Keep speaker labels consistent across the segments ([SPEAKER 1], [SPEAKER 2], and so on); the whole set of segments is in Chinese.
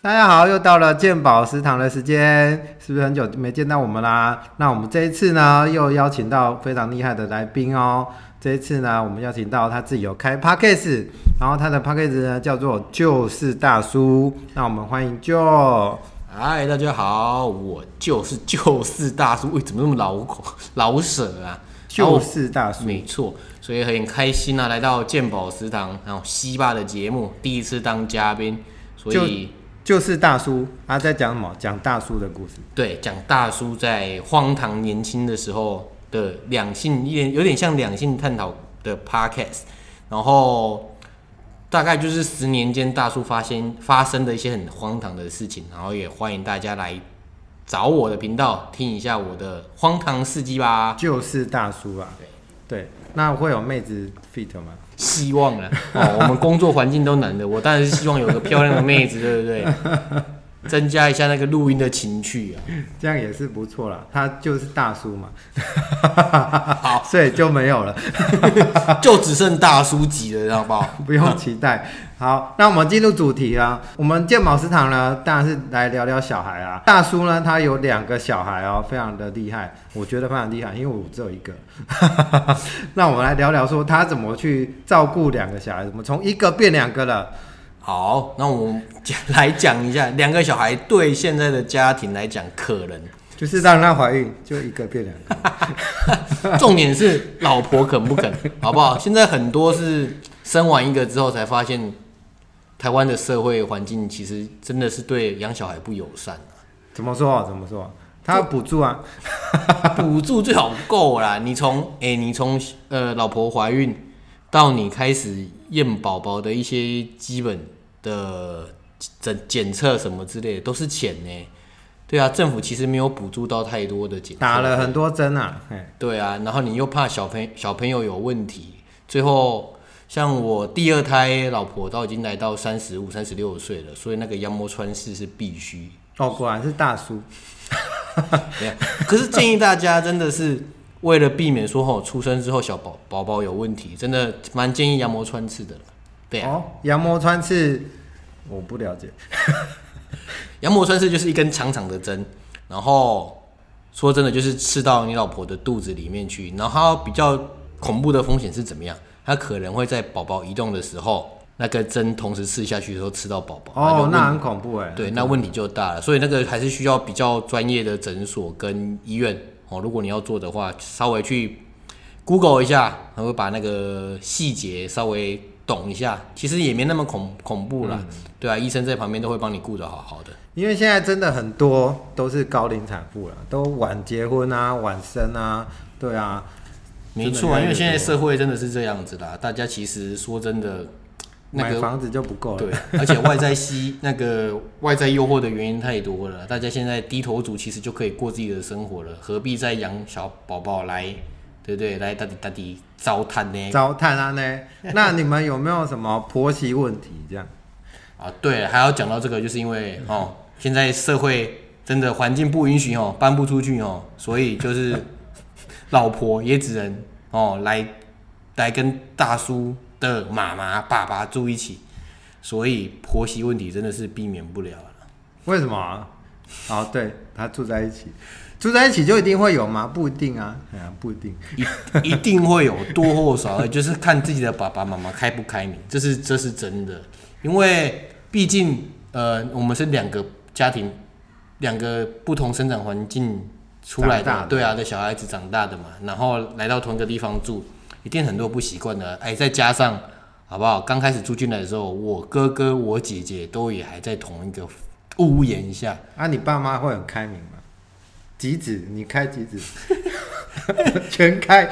[SPEAKER 1] 大家好，又到了鉴宝食堂的时间，是不是很久没见到我们啦？那我们这一次呢，又邀请到非常厉害的来宾哦。这一次呢，我们邀请到他自己有开 podcast，然后他的 podcast 呢叫做就是大叔。那我们欢迎 Joe。
[SPEAKER 2] 嗨，大家好，我就是就是大叔，喂，哎怎么那么老口老舍啊？哦
[SPEAKER 1] 就是大叔，
[SPEAKER 2] 没错，所以很开心啊，来到鉴宝食堂，然后西坝的节目，第一次当嘉宾，所以
[SPEAKER 1] 就是大叔，他在讲什么？讲大叔的故事。
[SPEAKER 2] 对讲大叔在荒唐年轻的时候的两性，有有点像两性探讨的 podcast，然后大概就是十年间大叔发现发生的一些很荒唐的事情，然后也欢迎大家来找我的频道听一下我的荒唐事迹吧。
[SPEAKER 1] 就是大叔啊。对那会有妹子 fit 吗？
[SPEAKER 2] 希望了 哦，我们工作环境都难的，我当然是希望有个漂亮的妹子，对不对？ 增加一下那个录音的情趣啊。
[SPEAKER 1] 这样也是不错啦。他就是大叔嘛。
[SPEAKER 2] 好，
[SPEAKER 1] 所以就没有了，
[SPEAKER 2] 就只剩大叔级了，知道不好？
[SPEAKER 1] 不用期待。好，那我们进入主题啦。我们健保食堂呢，当然是来聊聊小孩啊。大叔呢，他有两个小孩哦，非常的厉害，我觉得非常厉害，因为我只有一个。 那我们来聊聊说他怎么去照顾两个小孩，怎么从一个变两个了。
[SPEAKER 2] 好，那我们讲来讲一下，两个小孩对现在的家庭来讲，可能
[SPEAKER 1] 就是让她怀孕，就一个变两个。
[SPEAKER 2] 重点是老婆肯不肯，好不好？现在很多是生完一个之后才发现，台湾的社会环境其实真的是对养小孩不友善。
[SPEAKER 1] 怎么说？哦怎么说？他补助啊，
[SPEAKER 2] 补助最好够啦。你从哎、你从呃老婆怀孕到你开始验宝宝的一些基本的检检测什么之类的，都是钱呢。对啊，政府其实没有补助到太多的检测。
[SPEAKER 1] 打了很多针啊。嘿
[SPEAKER 2] 对啊，然后你又怕小朋小朋友有问题，最后像我第二胎老婆都已经来到三十五、三十六岁了，所以那个羊膜穿刺是必须
[SPEAKER 1] 哦，果然是大叔。
[SPEAKER 2] 对啊，可是建议大家真的是为了避免说吼出生之后小宝宝宝有问题，真的蛮建议羊膜穿刺的了。对啊，
[SPEAKER 1] 哦，羊膜穿刺，我不了解。
[SPEAKER 2] 羊膜穿刺就是一根长长的针，然后说真的就是刺到你老婆的肚子里面去，然后它比较恐怖的风险是怎么样？它可能会在宝宝移动的时候，那个针同时刺下去的时候刺到宝宝。啊就
[SPEAKER 1] 哦
[SPEAKER 2] 问，
[SPEAKER 1] 那很恐怖哎。
[SPEAKER 2] 对，那问题就大了，所以那个还是需要比较专业的诊所跟医院哦。如果你要做的话，稍微去 Google 一下，然后把那个细节稍微懂一下，其实也没那么恐恐怖
[SPEAKER 1] 嗯
[SPEAKER 2] 啦。对啊，医生在旁边都会帮你顾得好好的。
[SPEAKER 1] 因为现在真的很多都是高龄产妇了，都晚结婚啊，晚生啊，对啊，
[SPEAKER 2] 没
[SPEAKER 1] 真的
[SPEAKER 2] 错，啊
[SPEAKER 1] 越来
[SPEAKER 2] 因为
[SPEAKER 1] 越
[SPEAKER 2] 现在社会真的是这样子啦，大家其实说真的，那
[SPEAKER 1] 买
[SPEAKER 2] 个
[SPEAKER 1] 房子就不够了。
[SPEAKER 2] 对，而且外在吸那个 外在诱惑的原因太多了，大家现在低头族其实就可以过自己的生活了，何必再养小宝宝来，对不对？来哒滴哒滴糟蹋呢？
[SPEAKER 1] 糟蹋啊呢？那你们有没有什么婆媳问题？这样
[SPEAKER 2] 啊，对，还要讲到这个，就是因为哦，现在社会真的环境不允许哦，搬不出去哦，所以就是 老婆也只能哦来来跟大叔的妈妈爸爸住一起，所以婆媳问题真的是避免不了了。
[SPEAKER 1] 为什么啊、哦，对，他住在一起，住在一起就一定会有吗？不一定啊，哎呀、不一定。
[SPEAKER 2] 一一 定会有多或少，就是看自己的爸爸妈妈开不开明，这是这是真的，因为毕竟呃，我们是两个家庭，两个不同生长环境出来
[SPEAKER 1] 长大
[SPEAKER 2] 的
[SPEAKER 1] 的，
[SPEAKER 2] 对啊，的小孩子长大的嘛，然后来到同一个地方住，一定很多不习惯的，哎，再加上好不好？刚开始住进来的时候，我哥哥、我姐姐都也还在同一个屋檐下，
[SPEAKER 1] 啊，你爸妈会很开明 吗？几指，你开几指， 全开，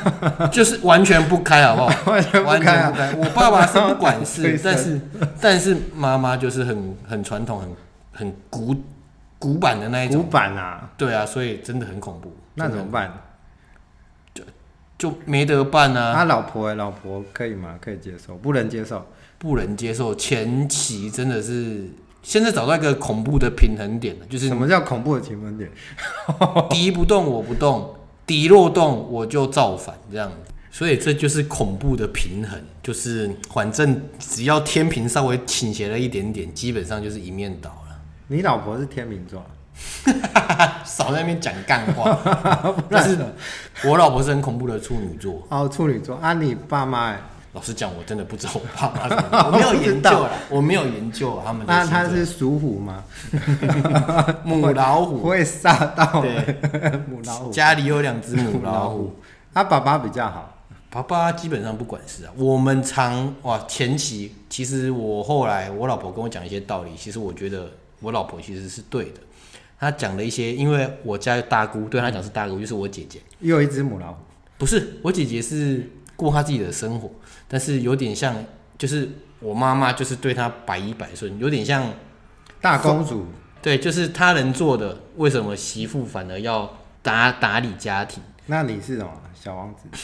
[SPEAKER 2] 就是完全不开，好不好？
[SPEAKER 1] 完全不
[SPEAKER 2] 完
[SPEAKER 1] 开
[SPEAKER 2] 全
[SPEAKER 1] 啊
[SPEAKER 2] 不开。我爸爸是不管 事
[SPEAKER 1] 对，
[SPEAKER 2] 但是 但是妈妈就是很很传统、很很古古板的那一
[SPEAKER 1] 古
[SPEAKER 2] 种。
[SPEAKER 1] 板啊，
[SPEAKER 2] 对啊，所以真的很恐怖。
[SPEAKER 1] 那
[SPEAKER 2] 真
[SPEAKER 1] 怎
[SPEAKER 2] 的
[SPEAKER 1] 么办？
[SPEAKER 2] 就没得办
[SPEAKER 1] 他、
[SPEAKER 2] 啊？
[SPEAKER 1] 老婆、欸，老婆可以吗？可以接受，不能接受。
[SPEAKER 2] 不能接受。前期真的是现在找到一个恐怖的平衡点了，就是
[SPEAKER 1] 什么叫恐怖的情分点？
[SPEAKER 2] 敌不动我不动，敌若动我就造反这样子。所以这就是恐怖的平衡，就是反正只要天平稍微倾斜了一点点，基本上就是一面倒了。
[SPEAKER 1] 你老婆是天秤座啊，
[SPEAKER 2] 少在那边讲干 话，但是我老婆是很恐怖的处女座。
[SPEAKER 1] 哦，处女座啊，你爸妈欸，
[SPEAKER 2] 老实讲，我真的不知道我爸妈怎么 样，我没有研究啦，我没有研究啊他们的
[SPEAKER 1] 那
[SPEAKER 2] 星座。
[SPEAKER 1] 啊他是属虎吗？
[SPEAKER 2] 母老 虎，
[SPEAKER 1] 会杀到
[SPEAKER 2] 对
[SPEAKER 1] 母老虎，
[SPEAKER 2] 家里有两只母老虎。，
[SPEAKER 1] 他爸爸比较好。
[SPEAKER 2] 爸爸基本上不管事啊。我们常哇，前期其实我后来我老婆跟我讲一些道理，其实我觉得我老婆其实是对的。她讲了一些，因为我家有大姑对她讲是大姑，就是我姐姐，
[SPEAKER 1] 又有一只母老虎，
[SPEAKER 2] 不是我姐姐是过她自己的生活，但是有点像，就是我妈妈就是对她百依百顺，有点像
[SPEAKER 1] 大公主
[SPEAKER 2] 对，就是他人做的，为什么媳妇反而要打打理家庭？
[SPEAKER 1] 那你是什么？小王子？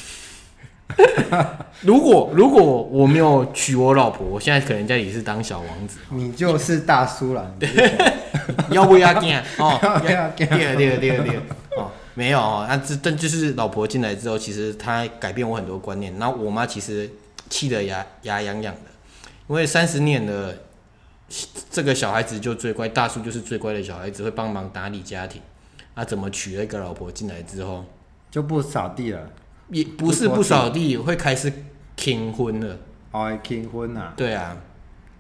[SPEAKER 2] 如果如果我没有娶我老婆，我现在可能家里是当小王子，
[SPEAKER 1] 你就是大叔了。你就是
[SPEAKER 2] 要不要干？哦，
[SPEAKER 1] 要要
[SPEAKER 2] 对了对了对了对了，哦，没有哦，那这但就是老婆进来之后，其实她改变我很多观念，然后我妈其实气得牙牙痒痒的，因为三十年了，这个小孩子就最乖，大叔就是最乖的小孩子，会帮忙打理家庭。啊，怎么娶了一个老婆进来之后，
[SPEAKER 1] 就不扫地了，
[SPEAKER 2] 也不是不扫地，会开始听婚了。
[SPEAKER 1] 哦，还订婚啊。
[SPEAKER 2] 对啊，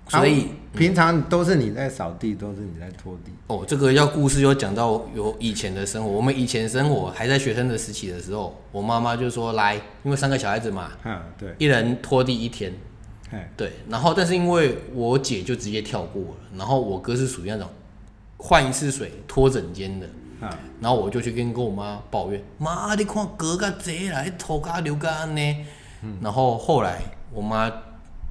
[SPEAKER 2] 所以、
[SPEAKER 1] 啊平常都是你在扫地，都是你在拖地。
[SPEAKER 2] 哦，这个要故事又讲到有以前的生活。我们以前生活还在学生的时期的时候，我妈妈就说来，因为三个小孩子嘛，
[SPEAKER 1] 嗯，对，
[SPEAKER 2] 一人拖地一天。
[SPEAKER 1] 嘿，
[SPEAKER 2] 对，然后但是因为我姐就直接跳过了，然后我哥是属于那种换一次水拖整间的。
[SPEAKER 1] 啊，
[SPEAKER 2] 然后我就去跟跟我妈抱怨，妈，你看哥个贼啦，头甲流甲安尼。然后后来我妈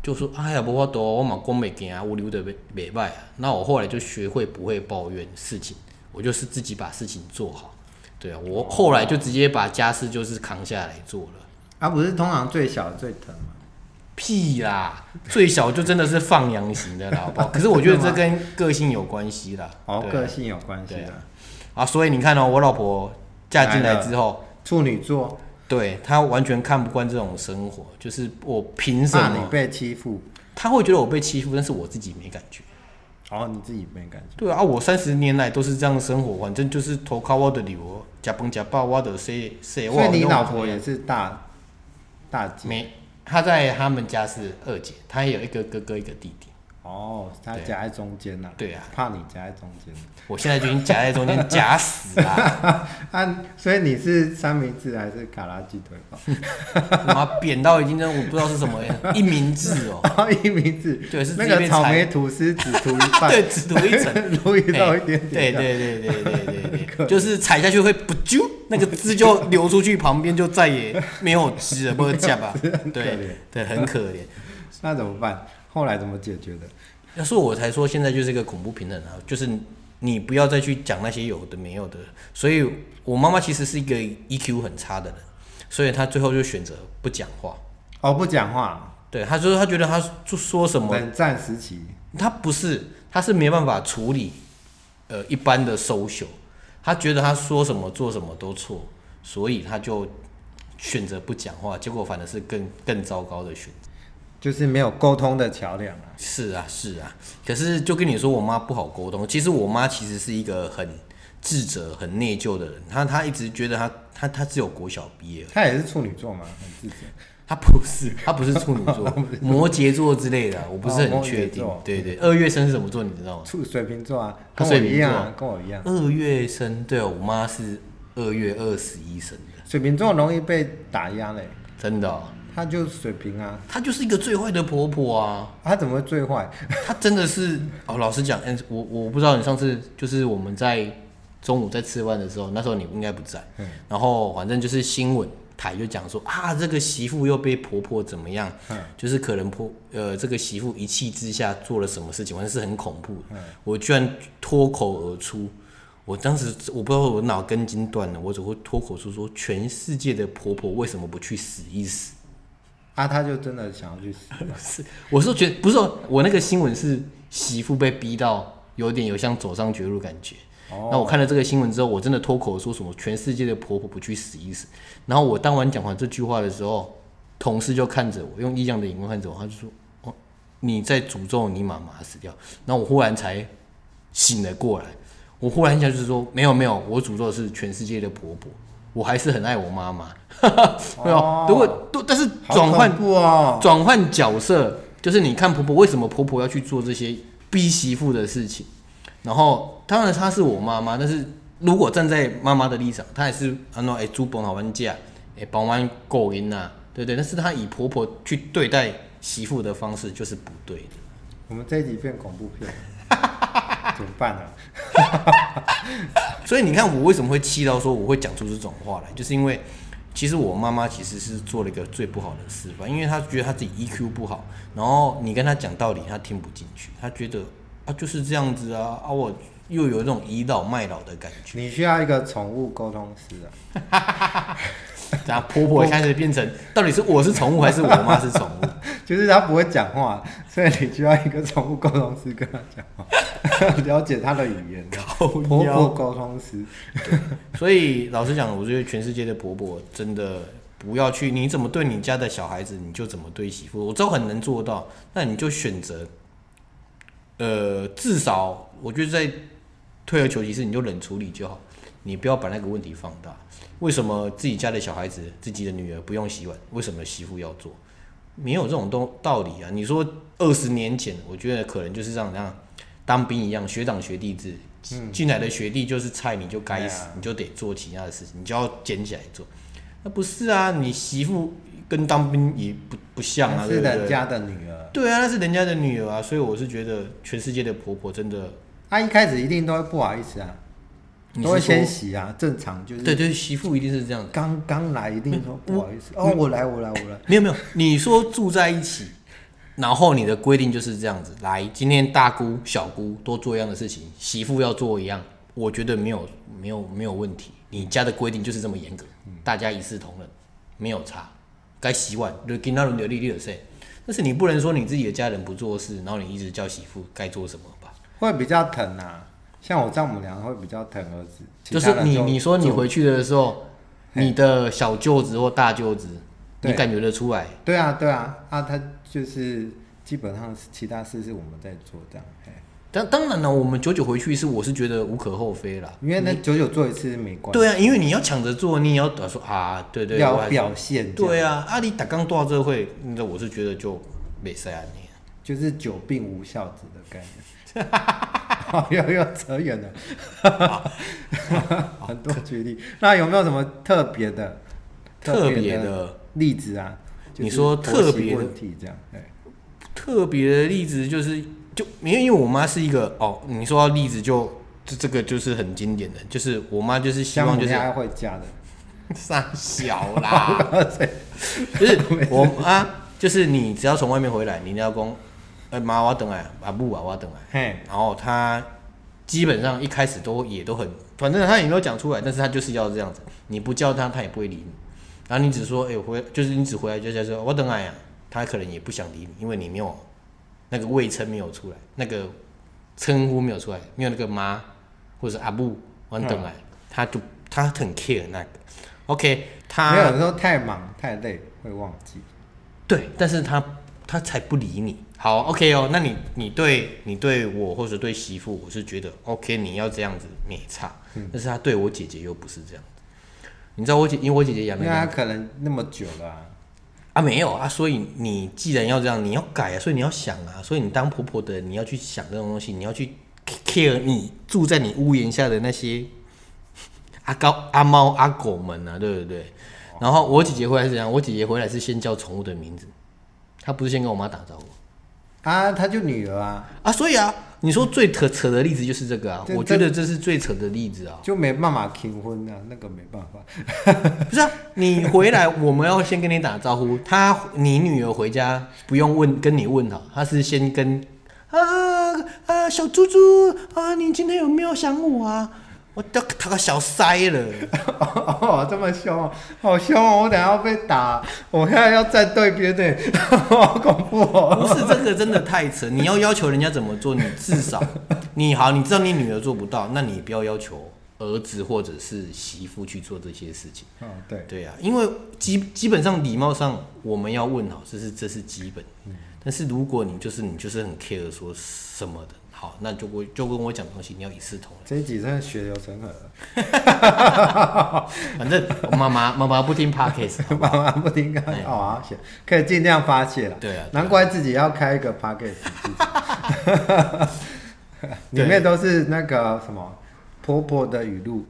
[SPEAKER 2] 就说，哎呀，无法度，我嘛讲袂行，我留的袂袂歹啊。那我后来就学会不会抱怨事情，我就是自己把事情做好。对啊，我后来就直接把家事就是扛下来做了。
[SPEAKER 1] 啊，不是通常最小的最疼吗？
[SPEAKER 2] 屁啦，最小就真的是放羊型的啦，好不好？可是我觉得这跟个性有关系啦。
[SPEAKER 1] 哦，
[SPEAKER 2] 对啊
[SPEAKER 1] 个性有关系
[SPEAKER 2] 对
[SPEAKER 1] 的。
[SPEAKER 2] 啊，所以你看哦，我老婆嫁进来
[SPEAKER 1] 来了
[SPEAKER 2] 之后。
[SPEAKER 1] 处女座
[SPEAKER 2] 对他完全看不惯这种生活，就是我凭什
[SPEAKER 1] 怕你
[SPEAKER 2] 么？
[SPEAKER 1] 被欺负，
[SPEAKER 2] 他会觉得我被欺负，但是我自己没感觉。
[SPEAKER 1] 哦，你自己没感觉。
[SPEAKER 2] 对啊，我三十年来都是这样生活，反正就是投靠我的理由，假崩假爆我的谁谁。
[SPEAKER 1] 所以你
[SPEAKER 2] 我
[SPEAKER 1] 老婆也是大大姐
[SPEAKER 2] 没？他在他们家是二姐，她有一个哥哥一个弟弟。
[SPEAKER 1] 哦，她
[SPEAKER 2] 对
[SPEAKER 1] 夹在中间呐，
[SPEAKER 2] 对啊，
[SPEAKER 1] 怕你夹在中间。
[SPEAKER 2] 我现在就已经夹在中间 夹死啦，
[SPEAKER 1] 啊，所以你是三明治还是卡拉鸡腿 堡？
[SPEAKER 2] 他妈扁到已经真的我不知道是什么一明治哦，
[SPEAKER 1] 然后一明治，
[SPEAKER 2] 对是
[SPEAKER 1] 那
[SPEAKER 2] 直接
[SPEAKER 1] 个
[SPEAKER 2] 被
[SPEAKER 1] 草
[SPEAKER 2] 裁
[SPEAKER 1] 莓吐司只涂一半，
[SPEAKER 2] 对，只读一层。
[SPEAKER 1] 路遇到一点
[SPEAKER 2] 对
[SPEAKER 1] 点，
[SPEAKER 2] 对对对对 对对，就是踩下去会不啾，那个汁就流出去，旁边就再也没有汁了，不会夹 吧？对对，很可怜。
[SPEAKER 1] 那怎么办？后来怎么解决的？
[SPEAKER 2] 要是我才说现在就是一个恐怖平衡啊，就是你不要再去讲那些有的没有的。所以我妈妈其实是一个 EQ 很差的人，所以她最后就选择不讲话。
[SPEAKER 1] 哦，不讲话，
[SPEAKER 2] 对，她说她觉得她就说什么，
[SPEAKER 1] 冷战时期，
[SPEAKER 2] 她不是，她是没办法处理呃一般的 social，他觉得他说什么做什么都错，所以他就选择不讲话，结果反而是更更糟糕的选择。
[SPEAKER 1] 就是没有沟通的桥梁啊。
[SPEAKER 2] 是啊，是啊。可是就跟你说，我妈不好沟通。其实我妈其实是一个很自责、很内疚的人。她她一直觉得她她她只有国小毕业，
[SPEAKER 1] 他也是处女座嘛，很自责。
[SPEAKER 2] 她不是 她不是处女座，摩羯座之类的啊，我不是
[SPEAKER 1] 哦摩
[SPEAKER 2] 很
[SPEAKER 1] 羯
[SPEAKER 2] 确定
[SPEAKER 1] 座。
[SPEAKER 2] 对对，二月生是什么座？你知道吗？
[SPEAKER 1] 处水瓶座啊，
[SPEAKER 2] 他
[SPEAKER 1] 跟我
[SPEAKER 2] 水瓶
[SPEAKER 1] 一样
[SPEAKER 2] 座
[SPEAKER 1] 啊，跟我一样。
[SPEAKER 2] 二月生，对、哦、我妈是二月二十一生的，
[SPEAKER 1] 水瓶座容易被打压嘞，
[SPEAKER 2] 真的、哦。
[SPEAKER 1] 他就水瓶啊，
[SPEAKER 2] 她就是一个最坏的婆婆啊！
[SPEAKER 1] 他怎么会最坏？
[SPEAKER 2] 她真的是哦，老实讲，嗯，我我不知道你上次就是我们在中午在吃饭的时候，那时候你应该不在，然后反正就是新闻台就讲说啊，这个媳妇又被婆婆怎么样，就是可能婆呃这个媳妇一气之下做了什么事情，反正是很恐怖的。我居然脱口而出。我当时我不知道我脑根筋断了，我只会脱口而出说全世界的婆婆为什么不去死一死？
[SPEAKER 1] 啊，他就真的想要去死 嘛。
[SPEAKER 2] 是，我是觉得不是哦，我那个新闻是媳妇被逼到有点有像走上绝路感觉。
[SPEAKER 1] 哦
[SPEAKER 2] 那我看了这个新闻之后，我真的脱口而出什么“全世界的婆婆不去死一死”。然后我当晚讲完这句话的时候，同事就看着我，用异样的眼光看着我，他就说：“哦，你在诅咒你妈妈死掉。”然后我忽然才醒了过来，我忽然一下就是说：“没有没有，我诅咒的是全世界的婆婆，我还是很爱我妈妈。” 没有，如果都但是
[SPEAKER 1] 好
[SPEAKER 2] 转换
[SPEAKER 1] 恐怖哦，
[SPEAKER 2] 转换角色，就是你看婆婆为什么婆婆要去做这些逼媳妇的事情？然后当然她是我妈妈，但是如果站在妈妈的立场，她也是安诺哎，猪本好玩嫁，哎，帮完够音呐，对不对？但是她以婆婆去对待媳妇的方式就是不对的。
[SPEAKER 1] 我们这一集变恐怖片， 怎么办呢、啊
[SPEAKER 2] 所以你看，我为什么会气到说我会讲出这种话来，就是因为其实我妈妈其实是做了一个最不好的示范，因为她觉得她自己 EQ 不好，然后你跟她讲道理，她听不进去，她觉得啊就是这样子啊啊我又有一种倚老卖老的感觉，
[SPEAKER 1] 你需要一个宠物沟通师啊，
[SPEAKER 2] 然后婆婆开始变成到底是我是宠物还是我妈是宠物？
[SPEAKER 1] 就是他不会讲话，所以你需要一个宠物沟通师跟他讲话， 了解他的语言，啊
[SPEAKER 2] 靠腰
[SPEAKER 1] 婆婆沟通师。
[SPEAKER 2] 所以老实讲，我觉得全世界的婆婆真的不要去，你怎么对你家的小孩子，你就怎么对媳妇，我都很能做到。那你就选择，呃，至少我觉得在退而求其次，你就冷处理就好，你不要把那个问题放大。为什么自己家的小孩子、自己的女儿不用洗碗，为什么媳妇要做？没有这种东道理啊！你说二十年前，我觉得可能就是让让当兵一样，学长学弟制，
[SPEAKER 1] 嗯
[SPEAKER 2] 进来的学弟就是菜，你就该死
[SPEAKER 1] 对啊，
[SPEAKER 2] 你就得做其他的事情，你就要捡起来做。那不是啊，你媳妇跟当兵也不不像啊，对
[SPEAKER 1] 是
[SPEAKER 2] 不
[SPEAKER 1] 人
[SPEAKER 2] 对？
[SPEAKER 1] 家的女儿，
[SPEAKER 2] 对啊，那是人家的女儿啊，所以我是觉得全世界的婆婆真的，
[SPEAKER 1] 她一开始一定都会不好意思啊，
[SPEAKER 2] 你
[SPEAKER 1] 都会
[SPEAKER 2] 是说
[SPEAKER 1] 先洗啊，正常就是。
[SPEAKER 2] 对对，嗯媳妇一定是这样的。
[SPEAKER 1] 刚刚来一定说不好意思，哦，我来，我来，我来。
[SPEAKER 2] 没有没有，你说住在一起，然后你的规定就是这样子。来，今天大姑小姑都做一样的事情，媳妇要做一样，我觉得没有没有没有问题。你家的规定就是这么严格，大家一视同仁，没有差。该洗碗就给那轮流利利的噻，但是你不能说你自己的家人不做事，然后你一直叫媳妇该做什么吧？
[SPEAKER 1] 会比较疼啊，像我丈母娘会比较疼儿子。
[SPEAKER 2] 就
[SPEAKER 1] 其他
[SPEAKER 2] 是
[SPEAKER 1] 人
[SPEAKER 2] 你你说你
[SPEAKER 1] 就
[SPEAKER 2] 回去的时候，
[SPEAKER 1] 嘿
[SPEAKER 2] 你的小舅子或大舅子，你
[SPEAKER 1] 对
[SPEAKER 2] 感觉得出来，
[SPEAKER 1] 对啊对啊啊，他就是基本上是其他事是我们在做这样，嘿
[SPEAKER 2] 当当然了，我们久久回去是我是觉得无可厚非啦，
[SPEAKER 1] 因为那久久做一次没关系，
[SPEAKER 2] 对啊，因为你要抢着做，你也要打说啊，对对，我
[SPEAKER 1] 要
[SPEAKER 2] 还
[SPEAKER 1] 表现，
[SPEAKER 2] 对，啊，啊你打刚多少这会，那我是觉得就没塞啊你。
[SPEAKER 1] 就是久病无孝子的概念。 好，又又扯远了，很多举例。那有没有什么特别的、
[SPEAKER 2] 特别
[SPEAKER 1] 别
[SPEAKER 2] 的
[SPEAKER 1] 例子啊？就是
[SPEAKER 2] 你说特别的
[SPEAKER 1] 婆媳问题这样，哎对，
[SPEAKER 2] 特别的例子就是，就因为因为我妈是一个哦，你说到例子就这这个就是很经典的，就是我妈就是希
[SPEAKER 1] 像我
[SPEAKER 2] 望
[SPEAKER 1] 们
[SPEAKER 2] 就是
[SPEAKER 1] 家会嫁的，
[SPEAKER 2] 上小啦，就是我啊，就是你只要从外面回来，你一定要讲，哎、妈我要等来，阿母啊我要等来。
[SPEAKER 1] 嘿，
[SPEAKER 2] 然后他基本上一开始都也都很，反正他也没有讲出来，但是他就是要这样子，你不叫他，他也不会理你。然后你只说，哎、我回，就是你只回来就在说，我哦等来呀，他可能也不想理你，因为你没有那个位称没有出来，那个称呼没有出来，没有那个妈或者是阿布，我等来，他就他很 care 那个。OK，他
[SPEAKER 1] 没有时候太忙太累会忘记。
[SPEAKER 2] 对，但是他他才不理你。好，OK 哦，那你你对你对我或者对媳妇，我是觉得 OK，你要这样子没差。但是他对我姐姐又不是这样子你知道我姐，因为我姐姐养
[SPEAKER 1] 因
[SPEAKER 2] 了
[SPEAKER 1] 为
[SPEAKER 2] 一
[SPEAKER 1] 他
[SPEAKER 2] 个
[SPEAKER 1] 可能那么久了、啊，
[SPEAKER 2] 啊，没有啊，所以你既然要这样，你要改啊，所以你要想啊，所以你当婆婆的，你要去想这种东西，你要去 care 你住在你屋檐下的那些 阿高、阿猫、阿狗们啊，对不对？然后我姐姐回来是怎样？我姐姐回来是先叫宠物的名字，她不是先跟我妈打招呼。
[SPEAKER 1] 啊，他就女儿啊，
[SPEAKER 2] 啊，所以啊，你说最扯扯的例子就是这个啊，
[SPEAKER 1] 这。
[SPEAKER 2] 我觉得这是最扯的例子啊
[SPEAKER 1] 就没办法结婚啊，那个没办法。
[SPEAKER 2] 不是啊，你回来我们要先跟你打招呼，他你女儿回家不用问跟你问好，她是先跟啊啊小猪猪啊，你今天有没有想我啊？我都他个小塞了，
[SPEAKER 1] 哦，这么凶哦，好凶哦！我等下要被打，我现在要站对边呢，好恐怖
[SPEAKER 2] 不
[SPEAKER 1] 哦！
[SPEAKER 2] 是这个真的太扯，你要要求人家怎么做，你至少你好，你知道你女儿做不到，那你不要要求儿子或者是媳妇去做这些事情。
[SPEAKER 1] 哦，对，
[SPEAKER 2] 对啊，因为基基本上礼貌上我们要问好，这是这是基本。但是如果你就是你就是很 care 说什么的，好，那就会就跟我讲东西，你要一视同
[SPEAKER 1] 这一集真的血流成河了，
[SPEAKER 2] 仁。反 正妈妈妈妈不听 podcast，
[SPEAKER 1] 妈妈不听刚好啊，血可以尽量发泄了。啊
[SPEAKER 2] 对啊对啊
[SPEAKER 1] 难怪自己要开一个 p o c a s t 里面都是那个什么婆婆的语录，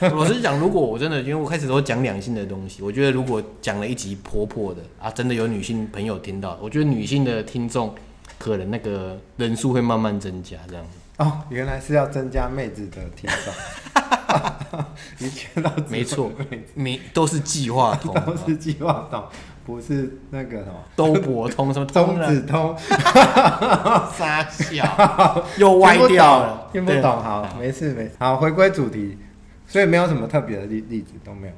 [SPEAKER 2] 老实讲，如果我真的因为我开始都讲两性的东西，我觉得如果讲了一集婆婆的啊，真的有女性朋友听到，我觉得女性的听众可能那个人数会慢慢增加这样。
[SPEAKER 1] 哦，原来是要增加妹子的听众， 一切都
[SPEAKER 2] 没错，没都是计划通，
[SPEAKER 1] 都是计划懂，不是那个什么
[SPEAKER 2] 都博通什么通啊
[SPEAKER 1] 中
[SPEAKER 2] 了
[SPEAKER 1] 指通，
[SPEAKER 2] 傻笑， 又歪掉了，
[SPEAKER 1] 听不懂，听不
[SPEAKER 2] 对
[SPEAKER 1] 懂，好，没事没事，好，回归主题，所以没有什么特别的例例子都没有，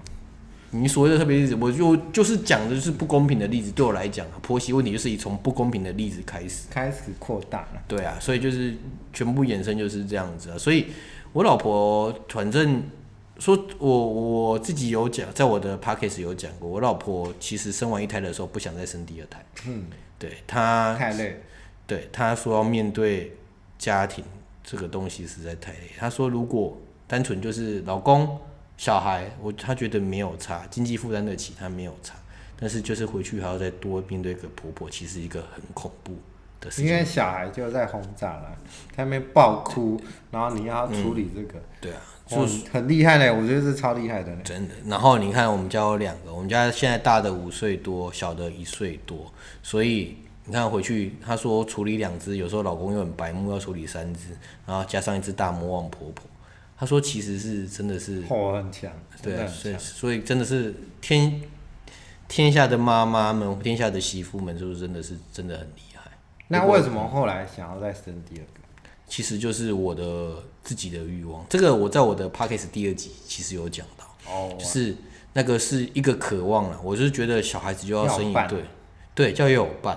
[SPEAKER 2] 你所谓的特别例子，我就就是讲的就是不公平的例子。对我来讲，啊婆媳问题就是以从不公平的例子开始。
[SPEAKER 1] 开始扩大了，
[SPEAKER 2] 对啊，所以就是全部衍生就是这样子啊。所以我老婆反正说我我自己有讲，在我的 p a c k a g e 有讲过，我老婆其实生完一胎的时候不想再生第二胎，
[SPEAKER 1] 嗯，
[SPEAKER 2] 对她
[SPEAKER 1] 太累了，
[SPEAKER 2] 对他说要面对家庭这个东西实在太累。他说如果单纯就是老公、小孩，我他觉得没有差，经济负担得起，他没有差。但是就是回去还要再多面对一个婆婆，其实一个很恐怖的事
[SPEAKER 1] 因
[SPEAKER 2] 情。
[SPEAKER 1] 为小孩就在轰炸了，在那边爆哭，然后你要处理这个，
[SPEAKER 2] 对啊，
[SPEAKER 1] 哇
[SPEAKER 2] 就是
[SPEAKER 1] 很厉害嘞，我觉得是超厉害的嘞，
[SPEAKER 2] 真的。然后你看我们家有两个，我们家现在大的五岁多，小的一岁多，所以。你看回去，他说处理两只，有时候老公又很白目，要处理三只，然后加上一只大魔王婆婆。他说其实是真的是
[SPEAKER 1] 火很强，真
[SPEAKER 2] 对
[SPEAKER 1] 的
[SPEAKER 2] 啊，
[SPEAKER 1] 很
[SPEAKER 2] 所
[SPEAKER 1] 强
[SPEAKER 2] 以所以真的是天天下的妈妈们，天下的媳妇们，是不是真的是真的很厉害？
[SPEAKER 1] 那为什么后来想要再生第二个？
[SPEAKER 2] 其实就是我的自己的欲望，这个我在我的 p o c k e t 第二集其实有讲到，
[SPEAKER 1] 哦
[SPEAKER 2] 就，是那个是一个渴望了。我就是觉得小孩子就要生一
[SPEAKER 1] 要有伴嗯
[SPEAKER 2] 对，对，就要有伴。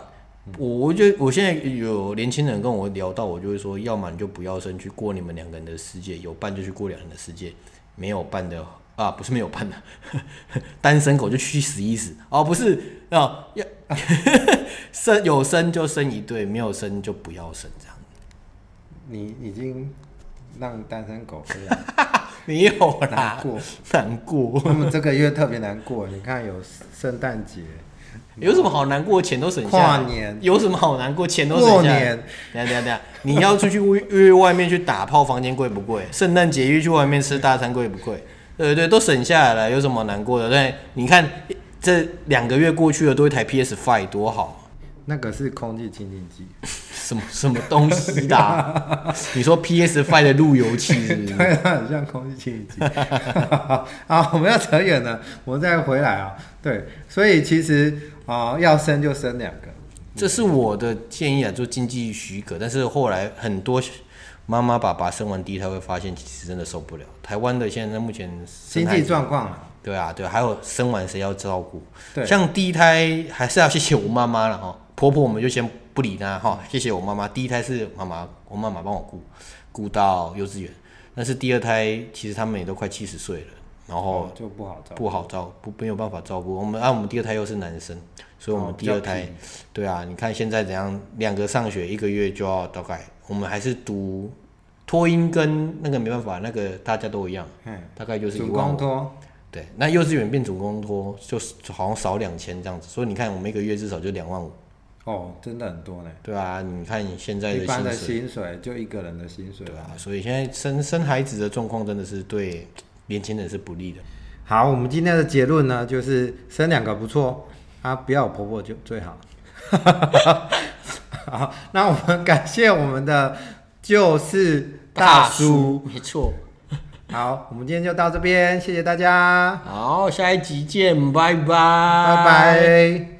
[SPEAKER 2] 我我觉得我现在有年轻人跟我聊到，我就会说，要么你就不要生，去过你们两个人的世界；有伴就去过两人的世界，没有伴的啊，不是没有伴的， 单身狗就去死一死哦，不是啊，要 生有生就生一对，没有生就不要生这样。
[SPEAKER 1] 你已经让单身狗非 常
[SPEAKER 2] 没有
[SPEAKER 1] 难
[SPEAKER 2] 啦，
[SPEAKER 1] 过，
[SPEAKER 2] 难过，
[SPEAKER 1] 他们这个月特别难过。你看有圣诞节、
[SPEAKER 2] 有什么好难过？钱都省下来。
[SPEAKER 1] 跨年、
[SPEAKER 2] 有什么好难过？钱都省
[SPEAKER 1] 过
[SPEAKER 2] 下来。
[SPEAKER 1] 年，
[SPEAKER 2] 等一下等一下等一下，你要出去约约外面去打炮，房间贵不贵？圣诞节约去外面吃大餐贵不贵？对对，都省下来了，有什么难过的？对，你看这两个月过去了，多一台 PS Five 多好，
[SPEAKER 1] 那个是空气清净机，
[SPEAKER 2] 什么什么东西啦、你说 PS Five 的路由器是不 是？
[SPEAKER 1] 对，它很像空气清净机。 啊，我们要扯远了，我们再回来啊。对，所以其实啊、要生就生两个，
[SPEAKER 2] 这是我的建议啊，做经济许可。但是后来很多妈妈爸爸生完第一胎会发现，其实真的受不了。台湾的现在目前生
[SPEAKER 1] 经
[SPEAKER 2] 孩
[SPEAKER 1] 济
[SPEAKER 2] 子
[SPEAKER 1] 状况啊
[SPEAKER 2] 对啊，对，还有生完谁要照顾？
[SPEAKER 1] 对
[SPEAKER 2] 像第一胎还是要谢谢我妈妈了哈，婆婆我们就先不理她哈，谢谢我妈妈。第一胎是妈妈，我妈妈帮我顾，顾到幼稚园。但是第二胎其实他们也都快七十岁了，然后
[SPEAKER 1] 哦就不好找。
[SPEAKER 2] 不好照不没有办法照顾。我们按、啊我们第二胎又是男生，所以我们
[SPEAKER 1] 哦
[SPEAKER 2] 第二胎，
[SPEAKER 1] 比较皮
[SPEAKER 2] 对啊，你看现在怎样，两个上学一个月就要大概，我们还是读托婴跟那个没办法，那个大家都一样，
[SPEAKER 1] 嗯，
[SPEAKER 2] 大概就是一
[SPEAKER 1] 主
[SPEAKER 2] 万
[SPEAKER 1] 公托，
[SPEAKER 2] 对，那幼稚园变主攻托，就是好像少两千这样子，所以你看我们一个月至少就两万五，
[SPEAKER 1] 哦，真的很多呢。
[SPEAKER 2] 对啊，你看你现在的
[SPEAKER 1] 一般
[SPEAKER 2] 薪
[SPEAKER 1] 的
[SPEAKER 2] 水，
[SPEAKER 1] 薪水就一个人的薪水
[SPEAKER 2] 对，啊，所以现在生生孩子的状况真的是对年轻人是不利的。
[SPEAKER 1] 好，我们今天的结论呢，就是生两个不错，啊，不要有婆婆就最好。 好，那我们感谢我们的就是大叔。，
[SPEAKER 2] 没错。
[SPEAKER 1] 好，我们今天就到这边，谢谢大家，
[SPEAKER 2] 好，下一集见，拜拜，
[SPEAKER 1] 拜拜。